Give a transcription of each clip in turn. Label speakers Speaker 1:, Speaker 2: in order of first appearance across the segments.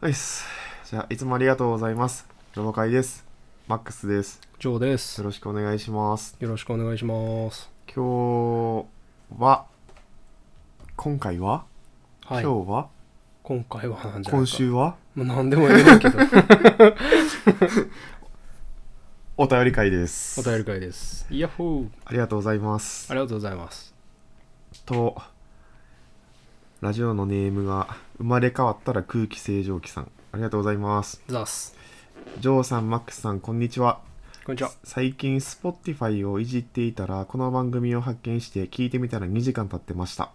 Speaker 1: はいっす。じゃあ、いつもありがとうございます。ロボ会です。マックスです。
Speaker 2: ジョーで
Speaker 1: よ
Speaker 2: す。
Speaker 1: ろしくお願いします。
Speaker 2: よろしくお願いします。
Speaker 1: 今日は、今回は、
Speaker 2: はい。
Speaker 1: 今日は
Speaker 2: 今回はなんじゃないか
Speaker 1: 今。週は
Speaker 2: まあ、なんでもええねん けど。
Speaker 1: お便り会です。
Speaker 2: お便り会です。イヤッホー
Speaker 1: ありがとうございます
Speaker 2: あ。りがとうございます。
Speaker 1: と、ラジオのネームが、生まれ変わったら空気清浄機さん。ありがとうございます。
Speaker 2: ザス。
Speaker 1: ジョーさん、マックスさん、こんにちは。
Speaker 2: こんにちは。
Speaker 1: 最近 Spotify をいじっていたらこの番組を発見して聞いてみたら2時間経ってました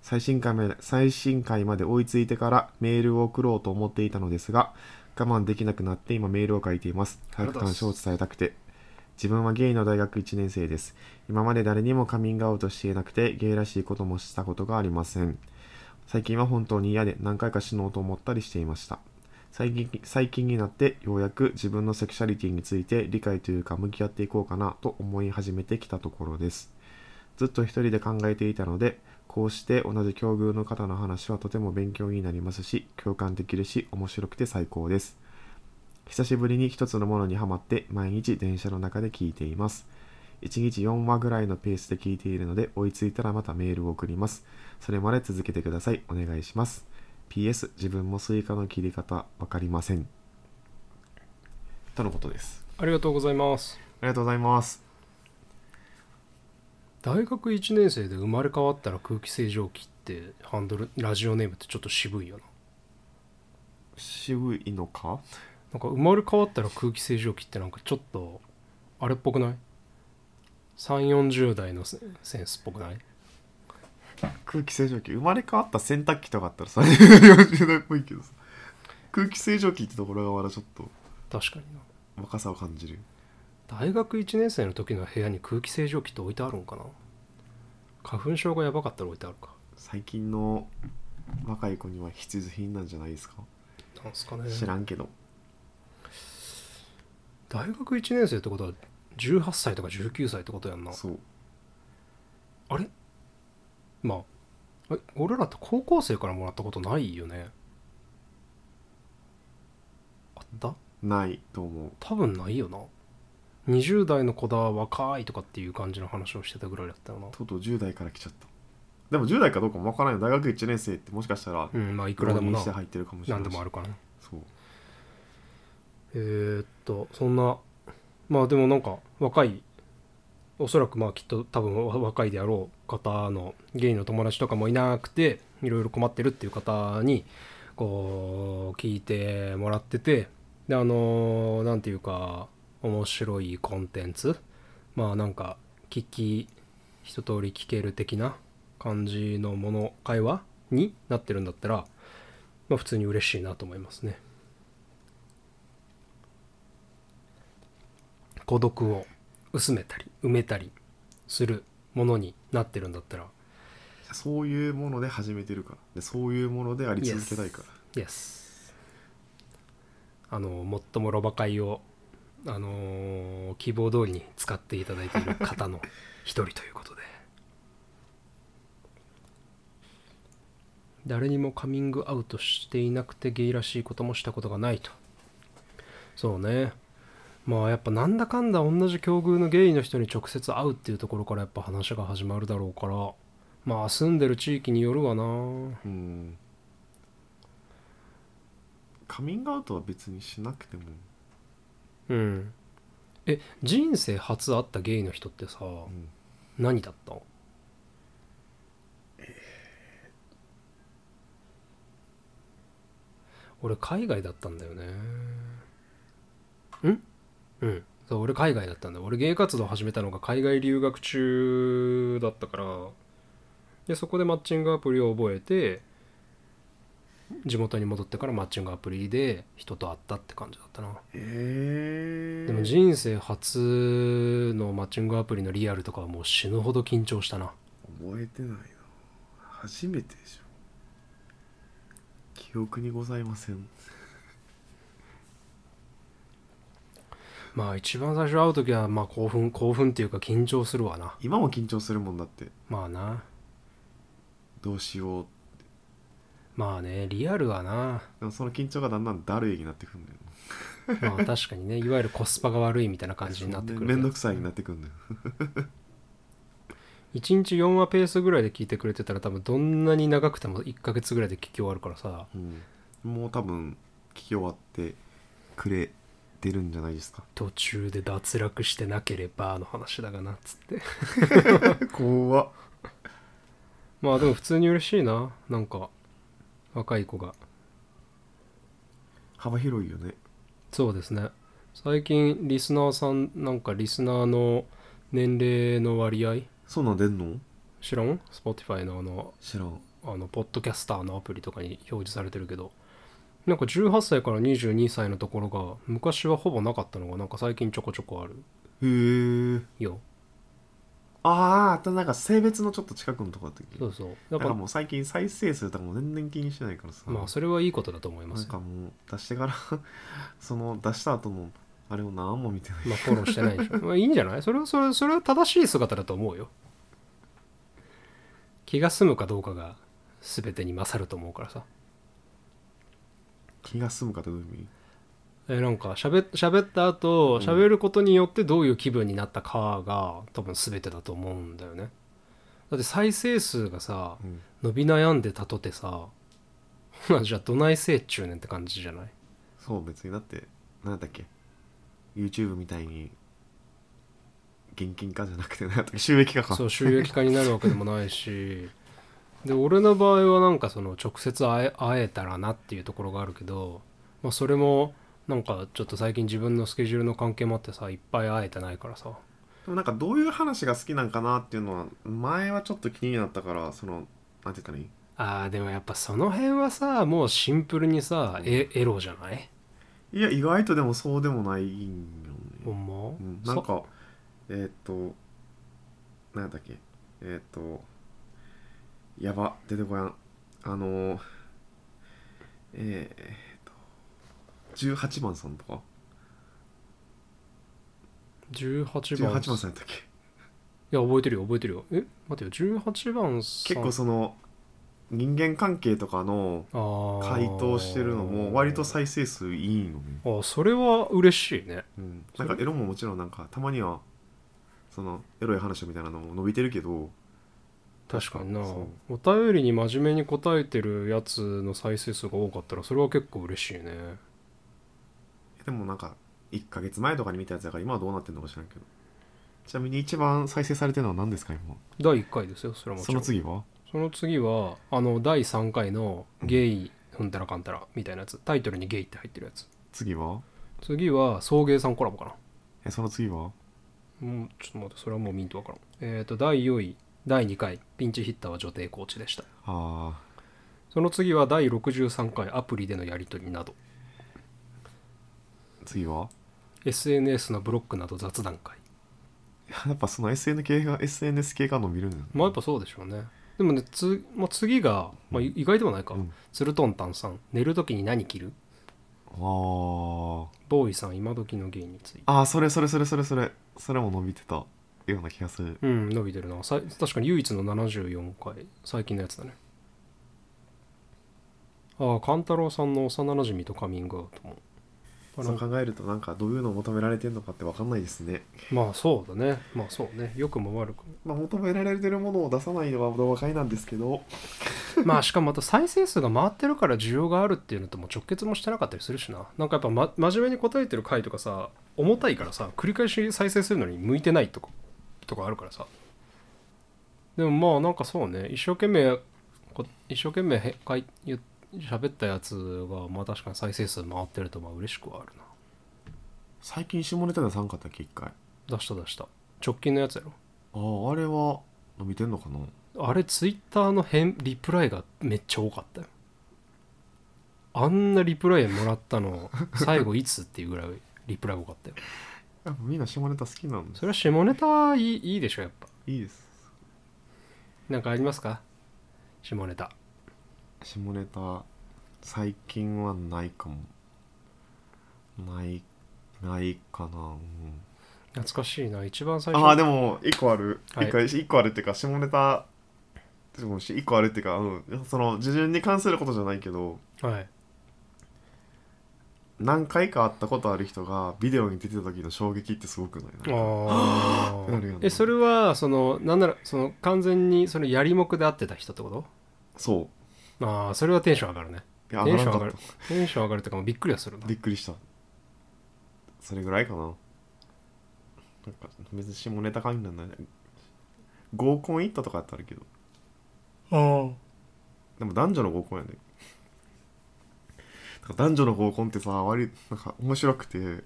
Speaker 1: 最新回まで最新回まで追いついてからメールを送ろうと思っていたのですが我慢できなくなって今メールを書いています
Speaker 2: あ
Speaker 1: 早
Speaker 2: りが
Speaker 1: く
Speaker 2: とうござい
Speaker 1: 短
Speaker 2: ます
Speaker 1: 所を伝えたくて自分はゲイの大学1年生です今まで誰にもカミングアウトしていなくてゲイらしいこともしたことがありません最近は本当に嫌で何回か死のうと思ったりしていました最近最近になってようやく自分のセクシャリティについて理解というか向き合っていこうかなと思い始めてきたところですずっと一人で考えていたのでこうして同じ境遇の方の話はとても勉強になりますし共感できるし面白くて最高です久しぶりに一つのものにはまって毎日電車の中で聞いています1日4話ぐらいのペースで聞いているので追いついたらまたメールを送りますそれまで続けてくださいお願いします PS 自分もスイカの切り方わかりませんとのことです
Speaker 2: ありがとうございます。
Speaker 1: ありがとうございます
Speaker 2: 大学1年生で生まれ変わったら空気清浄機ってハンドル、ラジオネームってちょっと渋いよな。
Speaker 1: 渋いのか
Speaker 2: なんか生まれ変わったら空気清浄機ってなんかちょっと、あれっぽくない ?3、40代のセセンスっぽくない
Speaker 1: 空気清浄機生まれ変わった洗濯機とかあったらさ40代っぽいけどさ空気清浄機ってところがまだちょっと
Speaker 2: 確かにな。
Speaker 1: 若さを感じる
Speaker 2: 大学1年生の時の部屋に空気清浄機って置いてあるんかな花粉症がやばかったら置いてあるか
Speaker 1: 最近の若い子には必需品なんじゃないですか
Speaker 2: なんすかね
Speaker 1: 知らんけど
Speaker 2: 大学1年生ってことは18歳とか19歳ってことやんな
Speaker 1: そう
Speaker 2: あれまあえ俺らって高校生からもらったことないよねあった
Speaker 1: ないと思う
Speaker 2: 多分ないよな20代の子だ若いとかっていう感じの話をしてたぐらいだったよな
Speaker 1: とうとう10代から来ちゃったでも10代かどうかもわからない大学1年生ってもしかしたら
Speaker 2: うんまあい
Speaker 1: い
Speaker 2: くらでもな
Speaker 1: して入ってるかもしれな
Speaker 2: 何
Speaker 1: い
Speaker 2: でもあるからね
Speaker 1: そう
Speaker 2: えーっとそんなまあでもなんか若いおそらくまあきっと多分わ若いであろう方のゲイの友達とかもいなくていろいろ困ってるっていう方にこう聞いてもらっててであのーなんていうか面白いコンテンツまあなんか聞き一通り聞ける的な感じのもの会話になってるんだったらまあ普通に嬉しいなと思いますね孤独を薄めたり埋めたりするものになってるんだったら
Speaker 1: そういうもので始めてるからでそういうものであり続けたいから
Speaker 2: Yes あのもっともロバ会をあのー希望通りに使っていただいている方の一人ということで誰にもカミングアウトしていなくてゲイらしいこともしたことがないとそうねまあやっぱなんだかんだ同じ境遇のゲイの人に直接会うっていうところからやっぱ話が始まるだろうからまあ住んでる地域によるわな
Speaker 1: うんカミングアウトは別にしなくても
Speaker 2: うんえ人生初会ったゲイの人ってさ、
Speaker 1: ん
Speaker 2: 何だったの俺海外だったんだよねんうんそう俺海外だったんだ俺芸活動始めたのが海外留学中だったからでそこでマッチングアプリを覚えて地元に戻ってからマッチングアプリで人と会ったって感じだったな
Speaker 1: ええ
Speaker 2: でも人生初のマッチングアプリのリアルとかはもう死ぬほど緊張したな
Speaker 1: 覚えてないな初めてでしょ記憶にございません
Speaker 2: まあ一番最初会う時はまあ興奮興奮っていうか緊張するわな
Speaker 1: 今も緊張するもんだって
Speaker 2: まあな
Speaker 1: どうしよう
Speaker 2: まあねリアルはな
Speaker 1: でもその緊張がだんだんだるいになってくるんだよ
Speaker 2: まあ確かにねいわゆるコスパが悪いみたいな感じになってくる
Speaker 1: めんどくさいになってくるんだよ
Speaker 2: 1日4話ペースぐらいで聞いてくれてたら多分どんなに長くても1ヶ月ぐらいで聞き終わるからさ
Speaker 1: うんもう多分聞き終わってくれてるんじゃない ですか
Speaker 2: 途中で脱落してなければの話だがなっつって
Speaker 1: 怖っ
Speaker 2: まあでも普通に嬉しいななんか若い子が
Speaker 1: 幅広いよね
Speaker 2: そうですね最近リスナーさんなんかリスナーの年齢の割合
Speaker 1: そんなん出んの
Speaker 2: 知らん Spotify のあの
Speaker 1: 知らん
Speaker 2: あのポッドキャスターのアプリとかに表示されてるけどなんか18歳から22歳のところが昔はほぼなかったのがなんか最近ちょこちょこある
Speaker 1: へえ
Speaker 2: よ
Speaker 1: あーあとなんか性別のちょっと近くのとこだったっけ
Speaker 2: そうそう
Speaker 1: な
Speaker 2: だ
Speaker 1: ん
Speaker 2: か
Speaker 1: からもう最近再生数とかも全然気にしてないからさ、
Speaker 2: まあそれはいいことだと思いま
Speaker 1: なん
Speaker 2: すよ
Speaker 1: かもう出してから その出した後もあれを何も見てない
Speaker 2: まあフォローしてないでしょまあいいんじゃないそれはそれそれは正しい姿だと思うよ気が済むかどうかが全てに勝ると思うからさ
Speaker 1: 気が済むかってどういう意味
Speaker 2: えなんかしゃべった後
Speaker 1: うん
Speaker 2: 喋ることによってどういう気分になったかが多分全てだと思うんだよねだって再生数がさ
Speaker 1: うん
Speaker 2: 伸び悩んでたとてさ ほなじゃあどないせいっちゅうねんって感じじゃない
Speaker 1: そう別にだって何だっけ YouTube みたいに現金化じゃなくて何だっけ収益化か
Speaker 2: そう収益化になるわけでもないしで俺の場合はなんかその直接会え会えたらなっていうところがあるけど、まあ、それもなんかちょっと最近自分のスケジュールの関係もあってさいっぱい会えてないからさ
Speaker 1: でもなんかどういう話が好きなんかなっていうのは前はちょっと気になったからそのなんて言ったらいい
Speaker 2: あーでもやっぱその辺はさもうシンプルにさエエロじゃない
Speaker 1: いや意外とでもそうでもないんよ
Speaker 2: ほ
Speaker 1: ね、
Speaker 2: んま、
Speaker 1: うん、なん
Speaker 2: そ
Speaker 1: かえーっと何だっけえーっとやば出てこやんあのーえーえーっと18番さんとか
Speaker 2: 18
Speaker 1: 18
Speaker 2: 番
Speaker 1: 番さんやったっけ
Speaker 2: いや覚えてるよ覚えてるよえ待てよ18番さ
Speaker 1: 結構その人間関係とかの
Speaker 2: 構
Speaker 1: 回答してるのも割と再生数いいのね、
Speaker 2: あーそれは嬉しいね
Speaker 1: うん、なんかエロももちろんなんかたまにはそのエロい話みたいなのも伸びてるけど
Speaker 2: 確かにな
Speaker 1: そ
Speaker 2: お便りに真面目に答えてるやつの再生数が多かったらそれは結構嬉しいね
Speaker 1: でもなんか1ヶ月前とかに見たやつだから今はどうなってんのか知らんけどちなみに一番再生されてるのは何ですか今
Speaker 2: 第1回ですよそれはもち
Speaker 1: そ
Speaker 2: ろ
Speaker 1: の
Speaker 2: ん
Speaker 1: 次は
Speaker 2: その次はあの第3回の「ゲイうんたらかんたら」みたいなやつタイトルに「ゲイ」って入ってるやつ
Speaker 1: 次は
Speaker 2: 次は送迎さんコラボかな
Speaker 1: えその次は
Speaker 2: もうちょっと待ってそれはもうミントわからんえっ、と第4位第2回ピンチヒッターは女帝コーチでした
Speaker 1: ああ
Speaker 2: その次は第63回アプリでのやり取りなど
Speaker 1: 次は
Speaker 2: SNS のブロックなど雑談会
Speaker 1: やっぱその SN 系が SNS 系が伸びるんだよ
Speaker 2: まあやっぱそうでしょうねでもねつ、まあ、次が、まあ、い意外ではないか、
Speaker 1: うん
Speaker 2: ツルトンタンさん寝る時に何着る
Speaker 1: あー
Speaker 2: ボーイさん今時の芸について
Speaker 1: あーそれそれそれそれそれそれも伸びてたような気がする
Speaker 2: うん伸びてるなさい確かに唯一の74回最近のやつだねああ勘太郎さんの幼馴染とカミングアウトもあ
Speaker 1: そう
Speaker 2: なんか
Speaker 1: 考えるとなんかどういうのを求められてるのかって分かんないですね
Speaker 2: まあそうだねまあそうね良くも悪くも
Speaker 1: まあ、求められてるものを出さないのは同若いなんですけど
Speaker 2: まあしかもまた再生数が回ってるから需要があるっていうのとも直結もしてなかったりするしななんかやっぱ、ま、真面目に答えてる回とかさ重たいからさ繰り返し再生するのに向いてないとことかあるからさでもまあなんかそうね一生懸命こ一生懸命へかい言喋ったやつがまあ確かに再生数回ってるとまあ嬉しくはある
Speaker 1: 最近下ネタ出さんかったっけ一回あ
Speaker 2: な出した出した直近のやつやろ
Speaker 1: ああれは伸びてんのかな
Speaker 2: あれツイッターの返リプライがめっちゃ多かったよあんなリプライもらったの最後いつっていうぐらいリプライ多かったよ
Speaker 1: やっぱみんな下ネタ好きなんです
Speaker 2: それは下ネタいいいいでしょやっぱ
Speaker 1: いいです
Speaker 2: なんかありますか下ネタ
Speaker 1: 下ネタ最近はないかもないないかな、
Speaker 2: 懐かしいな一番最
Speaker 1: うん、ああ
Speaker 2: 初
Speaker 1: でも一個ある一
Speaker 2: はい
Speaker 1: 個,、一個あるっていうか下ネタでもし一個あるっていうかあのその自分に関することじゃないけど
Speaker 2: はい
Speaker 1: 何回か会ったことある人がビデオに出てた時の衝撃ってすごくないなんか
Speaker 2: あ
Speaker 1: なるよ
Speaker 2: ー
Speaker 1: ね
Speaker 2: えそれはそのなんならその完全にそのやりもくで会ってた人ってこと
Speaker 1: そ
Speaker 2: ああそれはテンション上がるね
Speaker 1: ういや
Speaker 2: テ
Speaker 1: 上
Speaker 2: ン
Speaker 1: が
Speaker 2: ショ
Speaker 1: らなか
Speaker 2: ン上
Speaker 1: っ
Speaker 2: がるテンション上がるとかもうびっくりはするな
Speaker 1: たびっくりしたそれぐらいかななんか別に下ネタ関連なんだね合コン行ったとかやったらあるけどでも男女の合コンやねだから男女の合コンってさ割りなんか面白くて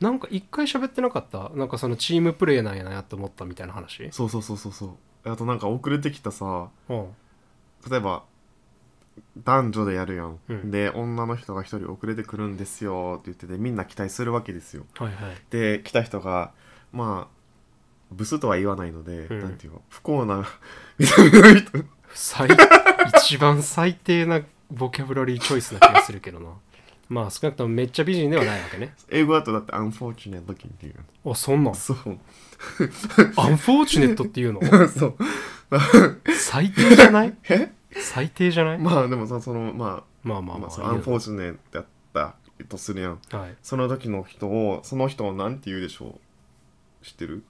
Speaker 2: なんか一回喋ってなかったなんかそのチームプレーなんやなと思ったみたいな話
Speaker 1: そうそうそうそうそうあとなんか遅れてきたさ
Speaker 2: うん
Speaker 1: 例えば男女でやるやん、
Speaker 2: うん
Speaker 1: で女の人が一人遅れてくるんですよって言っててみんな期待するわけですよ
Speaker 2: はいはい
Speaker 1: で来た人がまあブスとは言わないので、
Speaker 2: うん
Speaker 1: なんていうの不幸な 見た目の人
Speaker 2: 最一番最低なボキャブラリーチョイスな気がするけどな まあ少なくともめっちゃ美人ではないわけね
Speaker 1: 英語だとだって「アンフォーチュネットキン」っていう
Speaker 2: あそんなん
Speaker 1: そう
Speaker 2: アンフォーチュネットっていうの
Speaker 1: そう
Speaker 2: 最低じゃない
Speaker 1: え
Speaker 2: 最低じゃない
Speaker 1: まあでもさそのま
Speaker 2: ま
Speaker 1: あ
Speaker 2: あまあ
Speaker 1: ま
Speaker 2: ま
Speaker 1: あ
Speaker 2: あ
Speaker 1: そのアンフォ
Speaker 2: ー
Speaker 1: ーチュネットやったとするやん
Speaker 2: はい
Speaker 1: その時の人をその人をなんて言うでしょう知ってる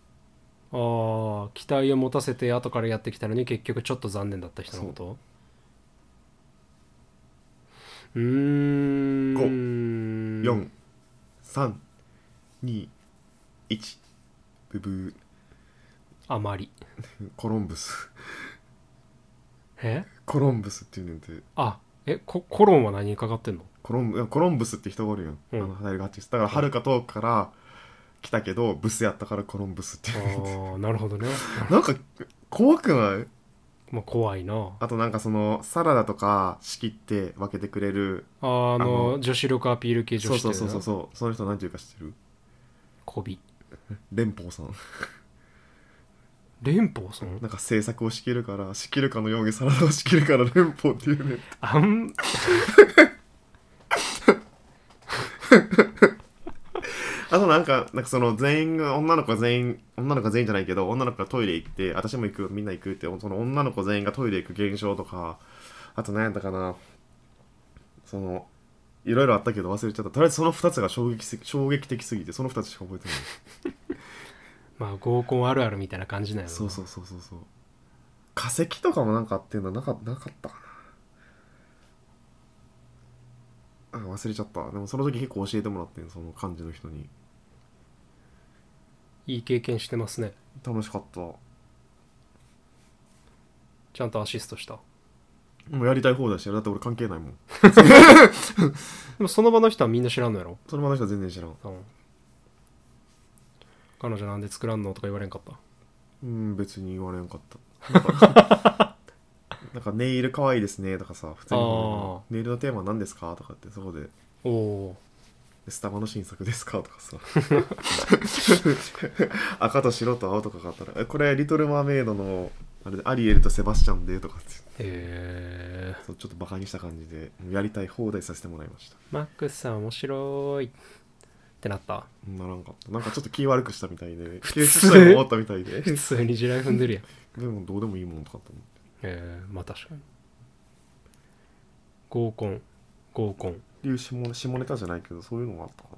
Speaker 2: ああ期待を持たせて後からやってきたのに結局ちょっと残念だった人のことうーん
Speaker 1: 四、三、二、一。ブブ
Speaker 2: あまり
Speaker 1: ー、コロンブス。
Speaker 2: え
Speaker 1: コロンブスっていうねんて、
Speaker 2: あえココロンは何にかかってんの
Speaker 1: コロンブ、いやコロンブスって人がおるやん。
Speaker 2: うん
Speaker 1: あの、流行りがちです。だから、はるか遠くから来たけど、ブスやったからコロンブスって
Speaker 2: あ
Speaker 1: いうねんて。
Speaker 2: ーなるほどね、
Speaker 1: なんか、怖くない
Speaker 2: まあ、怖いな
Speaker 1: あとなんかその、サラダとか仕切って分けてくれる。
Speaker 2: あーあの
Speaker 1: あの
Speaker 2: 女子力アピール系女
Speaker 1: そう
Speaker 2: 子
Speaker 1: そうそうそ
Speaker 2: っていううの
Speaker 1: そう。その人なんていうか知ってる
Speaker 2: こび
Speaker 1: 連邦さん。
Speaker 2: 連邦さん
Speaker 1: なんか制作を仕切るから、仕切るかのようにサラダを仕切るから連邦っていうねんて。
Speaker 2: あん
Speaker 1: あとなんか、なんかその全員が、女の子が全員、女の子が全員じゃないけど、女の子がトイレ行って、私も行く、みんな行くって、その女の子全員がトイレ行く現象とか、あと何やったかな、その、いろいろあったけど忘れちゃった。とりあえずその2つが衝撃す衝撃的すぎて、その2つしか覚えてない。
Speaker 2: まあ合コンあるあるみたいな感じなの
Speaker 1: そうそうそうそうそう。化石とかもなんかあってんのなかなかったかな。あ忘れちゃった。でもその時結構教えてもらってん、その感じの人に。
Speaker 2: いい経験してますね
Speaker 1: 楽しかった。も
Speaker 2: ちゃんとアシストした
Speaker 1: うやりたい方だし、だって俺関係ないもん。
Speaker 2: でもその場の人はみんな知らんのやろ、
Speaker 1: それまで人は全然知らん
Speaker 2: うん、彼女なんで作らんのとか言われんかった
Speaker 1: うん別に言われんかったなんかなんかネイル可愛いですねとかさ普通に言う
Speaker 2: あ
Speaker 1: ネイルのテーマ何ですかとかってそこで
Speaker 2: おお
Speaker 1: スタバの新作ですかとかさ赤と白と青とかがあったらえこれリトル・マーメイドのあれでアリエルとセバスチャンでとかって
Speaker 2: へえ
Speaker 1: そうちょっとバカにした感じでやりたい放題させてもらいました
Speaker 2: マックスさん面白いってな った
Speaker 1: ならんかったなんかちょっと気悪くしたみたいで休止したいと思ったみたいで
Speaker 2: 普通に地雷踏んでるやんへ
Speaker 1: でもどうでもいいもんとかと思って
Speaker 2: えまあ確かに合コン合コン
Speaker 1: いう下ネ下ネタじゃないけどそういうのもあったか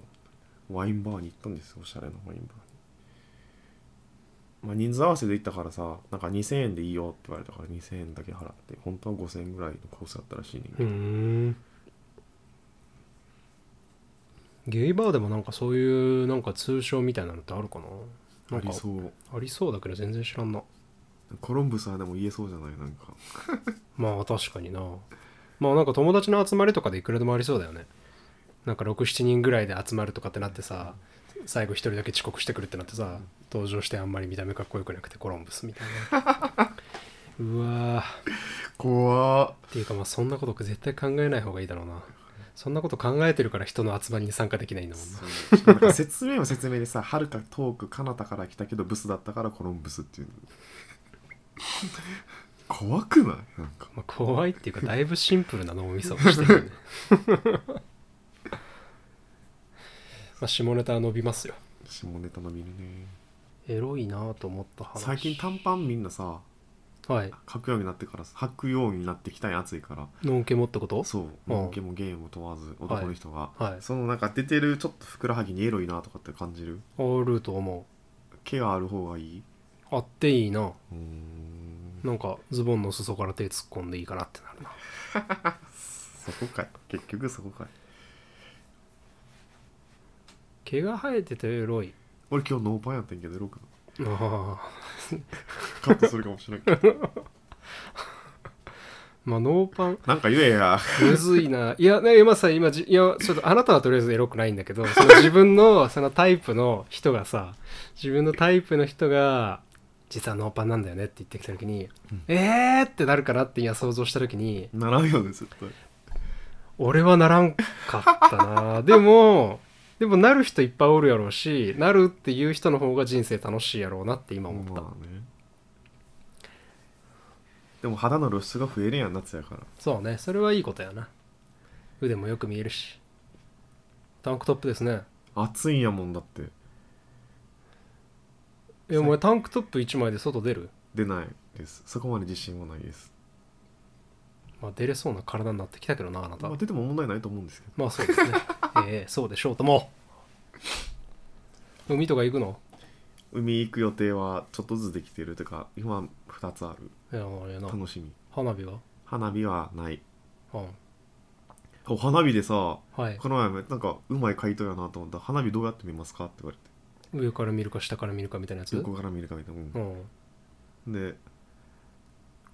Speaker 1: なワインバーに行ったんですよおしゃれなワインバーに、まあ、人数合わせで行ったからさなんか2000円でいいよって言われたから2000円だけ払って本当は5000円ぐらいのコースだったらしいね、
Speaker 2: うーんゲイバーでもなんかそういうなんか通称みたいなのってあるかなな
Speaker 1: あ
Speaker 2: んか
Speaker 1: りそう
Speaker 2: ありそうだけど全然知らんな
Speaker 1: コロンブスはでも言えそうじゃないなんか
Speaker 2: まあ確かになまあなんか友達の集まりとかでいくらでもありそうだよねなんか67人ぐらいで集まるとかってなってさ最後一人だけ遅刻してくるってなってさ登場してあんまり見た目かっこよくなくてコロンブスみたいな うわー
Speaker 1: 怖っ
Speaker 2: っていうかまあそんなこと絶対考えない方がいいだろうなそんなこと考えてるから人の集まりに参加できないんだもんな
Speaker 1: なんか説明も説明でさはるか遠く彼方から来たけどブスだったからコロンブスっていうの怖くないなんか
Speaker 2: まあ、怖いっていうかだいぶシンプルな脳みそをして るよねまあ下ネタは伸びますよ
Speaker 1: 下ネタの見るね
Speaker 2: エロいなぁと思った話
Speaker 1: 最近短パンみんなさ
Speaker 2: はい
Speaker 1: 書くようになってから履くようになってきたんや暑いから
Speaker 2: ノンケモってこと
Speaker 1: そう文系もゲームも問わず男の人が、
Speaker 2: はい
Speaker 1: そのなんか出てるちょっとふくらはぎにエロいなとかって感じる
Speaker 2: あると思
Speaker 1: 毛がある方がいいう
Speaker 2: あっていいな
Speaker 1: うーん
Speaker 2: なんかズボンの裾から手突っ込んでいいかなってなるな
Speaker 1: そこかい結局そこかい
Speaker 2: 毛が生えててエロい
Speaker 1: 俺今日ノーパンやってんけどエロくない
Speaker 2: ああ
Speaker 1: カットするかもしれん けど
Speaker 2: まあノーパン
Speaker 1: なんか言えや
Speaker 2: むずいないやね今さ今じいやちょっとあなたはとりあえずエロくないんだけどその自分のそのタイプの人がさ自分のタイプの人が実はノーパンなんだよねって言ってきた時に、えーってなるかなって今想像した時に
Speaker 1: ならんよね絶対
Speaker 2: 俺はならんかっ たなでもでもなる人いっぱいおるやろうしなるっていう人の方が人生楽しいやろうなって今思った、
Speaker 1: まあねでも肌の露出が増えるやん夏やから
Speaker 2: そうねそれはいいことやな腕もよく見えるしタンクトップですね
Speaker 1: 暑いんやもんだって
Speaker 2: えお前タンクトップ1枚で外出る
Speaker 1: 出ないですそこまで自信もないです、
Speaker 2: まあ出れそうな体になってきたけどなあなた
Speaker 1: まあ、出ても問題ないと思うんですけど
Speaker 2: まあそう ですねええそうでしょうとも海とか行くの
Speaker 1: 海行く予定はちょっとずつできてるとか今2つある
Speaker 2: いやあれやな
Speaker 1: 楽しみ
Speaker 2: 花火は
Speaker 1: 花火はない
Speaker 2: うん
Speaker 1: お花火でさ
Speaker 2: はい
Speaker 1: この前もなんかうまい回答やなと思った花火どうやって見ますかって言われて
Speaker 2: 上から見るか下から見るかみたいなやつ
Speaker 1: 横から見るかみたいな、
Speaker 2: う
Speaker 1: うんん、で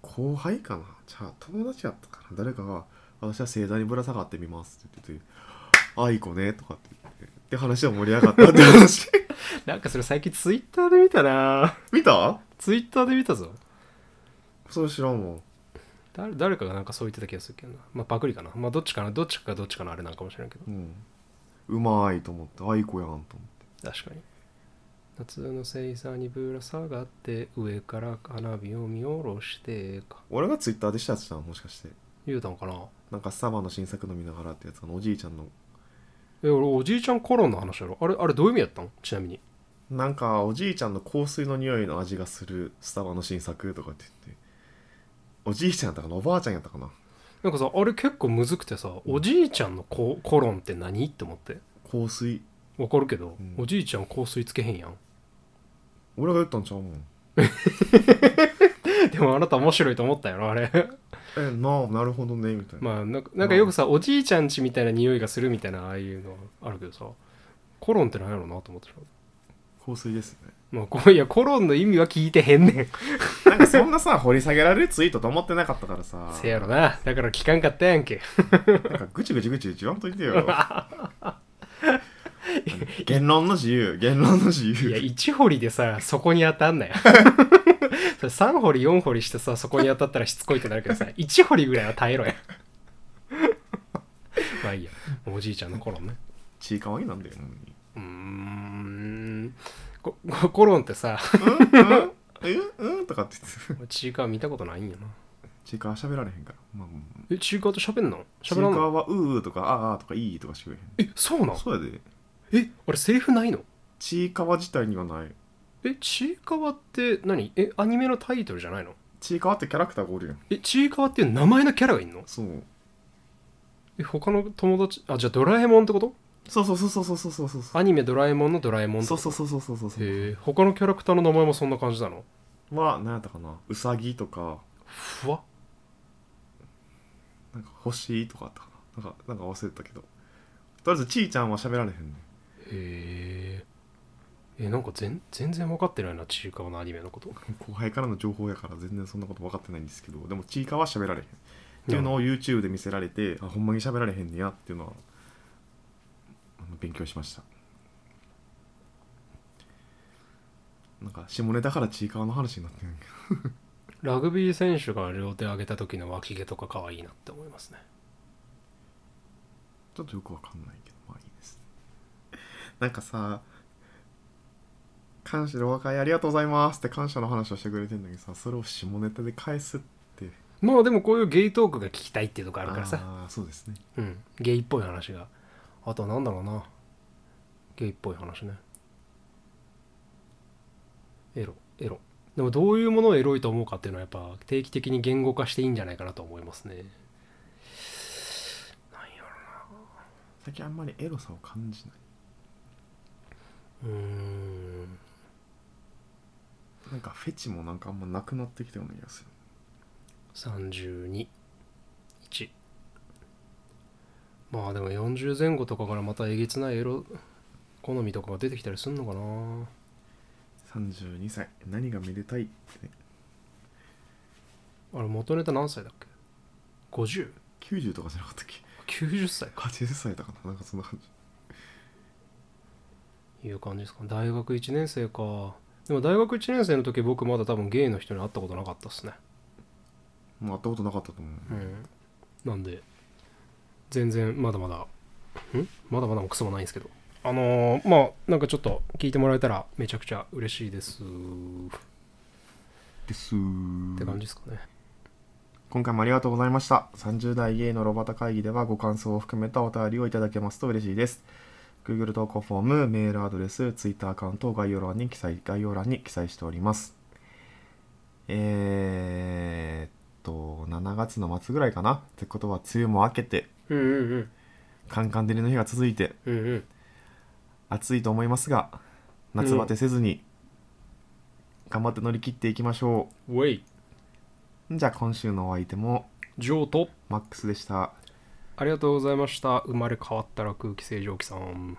Speaker 1: 後輩かなじゃあ友達やったかな誰かが「私は盛大にぶら下がってみます」って言ってて「あいこね」とかって言ってで話は盛り上がったって話
Speaker 2: なんかそれ最近ツイッターで見たな
Speaker 1: 見た
Speaker 2: ツイッターで見たぞ
Speaker 1: それ知らんもん
Speaker 2: 誰誰かがなんかそう言ってた気がするけどなまあパクリかなまあどっちかなどっちかがどっちかのあれなんかもしれないけど
Speaker 1: うん、うまいと思ってあいこやんと思って
Speaker 2: 確かに夏の星座にぶら下がって上から花火を見下ろしてか
Speaker 1: 俺がツイッターでしたやつじゃんもしかして
Speaker 2: 言うたんかな
Speaker 1: なんかスタバの新作飲みながらってやつあのおじいちゃんの
Speaker 2: え俺おじいちゃんコロンの話やろあれあれどういう意味やったんちなみに
Speaker 1: なんかおじいちゃんの香水の匂いの味がするスタバの新作とかって言っておじいちゃんやったかなおばあちゃんやったかな
Speaker 2: なんかさあれ結構むずくてさおじいちゃんのココロンって何って思って
Speaker 1: 香水
Speaker 2: わかるけど、
Speaker 1: うん
Speaker 2: おじいちゃん香水つけへんや ん
Speaker 1: 俺が言ったんちゃうもん
Speaker 2: でもあなた面白いと思ったやろあれ
Speaker 1: えなあなるほどねみたいな、
Speaker 2: まあなんかなんかよくさおじいちゃんちみたいな匂いがするみたいなああいうのあるけどさコロンって何やろうなと思ってた
Speaker 1: 香水ですね
Speaker 2: まあこういやコロンの意味は聞いてへんねん
Speaker 1: なんかそんなさ掘り下げられるツイートと思ってなかったからさ
Speaker 2: せやろなだから聞かんかったやんけ
Speaker 1: なんかぐちぐちぐち言わんとい てよ言論の自由言論の自由
Speaker 2: いや1掘りでさそこに当たんなよ それ3掘り4掘りしてさそこに当たったらしつこいってなるけど さ1掘りぐらいは耐えろや まあいいやおじいちゃんのコロンね
Speaker 1: ちいかわいいなんだよ。ほんまに
Speaker 2: うーんここコロンってさ
Speaker 1: うんうんとかって言って。
Speaker 2: チーカー見たことないんやな
Speaker 1: ちいかわ喋られへんから。まあ、まあ
Speaker 2: えチーカーと喋んの
Speaker 1: ちい
Speaker 2: 喋
Speaker 1: から
Speaker 2: んの
Speaker 1: わはうーとかあーあーとかいいとかしか言
Speaker 2: えそうな
Speaker 1: へ
Speaker 2: ん
Speaker 1: ん。そうやで。
Speaker 2: えあれセリフないの
Speaker 1: ちいかわ自体にはない。
Speaker 2: えチーカーって何えアニメのタイトルじゃないの
Speaker 1: ちいかわってキャラクターがおるやん。
Speaker 2: えチーカーっていう名前のキャラがいんの
Speaker 1: そう。
Speaker 2: え他の友達あじゃあドラえもんってこと
Speaker 1: そうそうそうそうそうそうそうそうそう。
Speaker 2: アニメドラえもんのドラえもんって
Speaker 1: そ
Speaker 2: こ
Speaker 1: う
Speaker 2: と
Speaker 1: そうそうそうそうそうそう。
Speaker 2: へえ他のキャラクターの名前もそんな感じなの
Speaker 1: は、なんやったかな。うさぎとか、
Speaker 2: ふわ
Speaker 1: なんか星とかあったかな。なんか、なんか忘れたけど。とりあえずちいちゃんは喋られへんね。
Speaker 2: へええなんか全全然分かってないなちいかわのアニメのこと
Speaker 1: 後輩からの情報やから全然そんなこと分かってないんですけど、でもちいかわは喋られへん。っていうのを YouTube で見せられてあほんまに喋られへんねやっていうのはあの勉強しましたなんか下ネタからちいかわの話になってるんやけど
Speaker 2: ラグビー選手が両手上げた時の脇毛とか可愛いなって思いますね
Speaker 1: ちょっとよくわかんないけどまあいいですなんかさ「感謝でお別れありがとうございます」って感謝の話をしてくれてんだけどさそれを下ネタで返すって
Speaker 2: まあでもこういうゲイトークが聞きたいっていうとこあ
Speaker 1: あ
Speaker 2: るからさ
Speaker 1: ーそうですね
Speaker 2: うんゲイっぽい話があとはなんだろうなゲイっぽい話ねエロエロでもどういうものをエロいと思うかっていうのはやっぱ定期的に言語化していいんじゃないかなと思いますね
Speaker 1: 最近あんまりエロさを感じないう
Speaker 2: ーん
Speaker 1: なんかフェチもなんかあんまなくなってきたような気がする
Speaker 2: 321まあでも40前後とかからまたえげつないエロ好みとかが出てきたりすんのかな
Speaker 1: 32歳何がめでたいってね
Speaker 2: あれ元ネタ何歳だっけ ?50?90
Speaker 1: 90とかじゃなかったっけ
Speaker 2: 歳か
Speaker 1: 80歳だからなんかそんな感じ
Speaker 2: いう感じですか大学1年生かでも大学1年生の時僕まだ多分ゲイの人に会ったことなかったっすね
Speaker 1: もう会ったことなかったと思う、
Speaker 2: うんなんで全然まだまだんまだまだもクソもないんですけどあのーまあなんかちょっと聞いてもらえたらめちゃくちゃ嬉しいですっ
Speaker 1: ですー
Speaker 2: て感じですかね、
Speaker 1: 今回もありがとうございました30代ゲイのロバタ会議ではご感想を含めたお便りをいただけますと嬉しいです Google 投稿フォームメールアドレス Twitter アカウントを概要欄に記載概要欄に記載しておりますえー、っと7月の末ぐらいかなってことは梅雨も明けて
Speaker 2: うんうんうん
Speaker 1: カンカン照りの日が続いて
Speaker 2: うんうん
Speaker 1: 暑いと思いますが夏バテせずに頑張って乗り切っていきましょ
Speaker 2: ウェイ
Speaker 1: う、じゃあ今週のお相手も
Speaker 2: ジョーと
Speaker 1: マックスでした
Speaker 2: ありがとうございました生まれ変わったら空気清浄機さん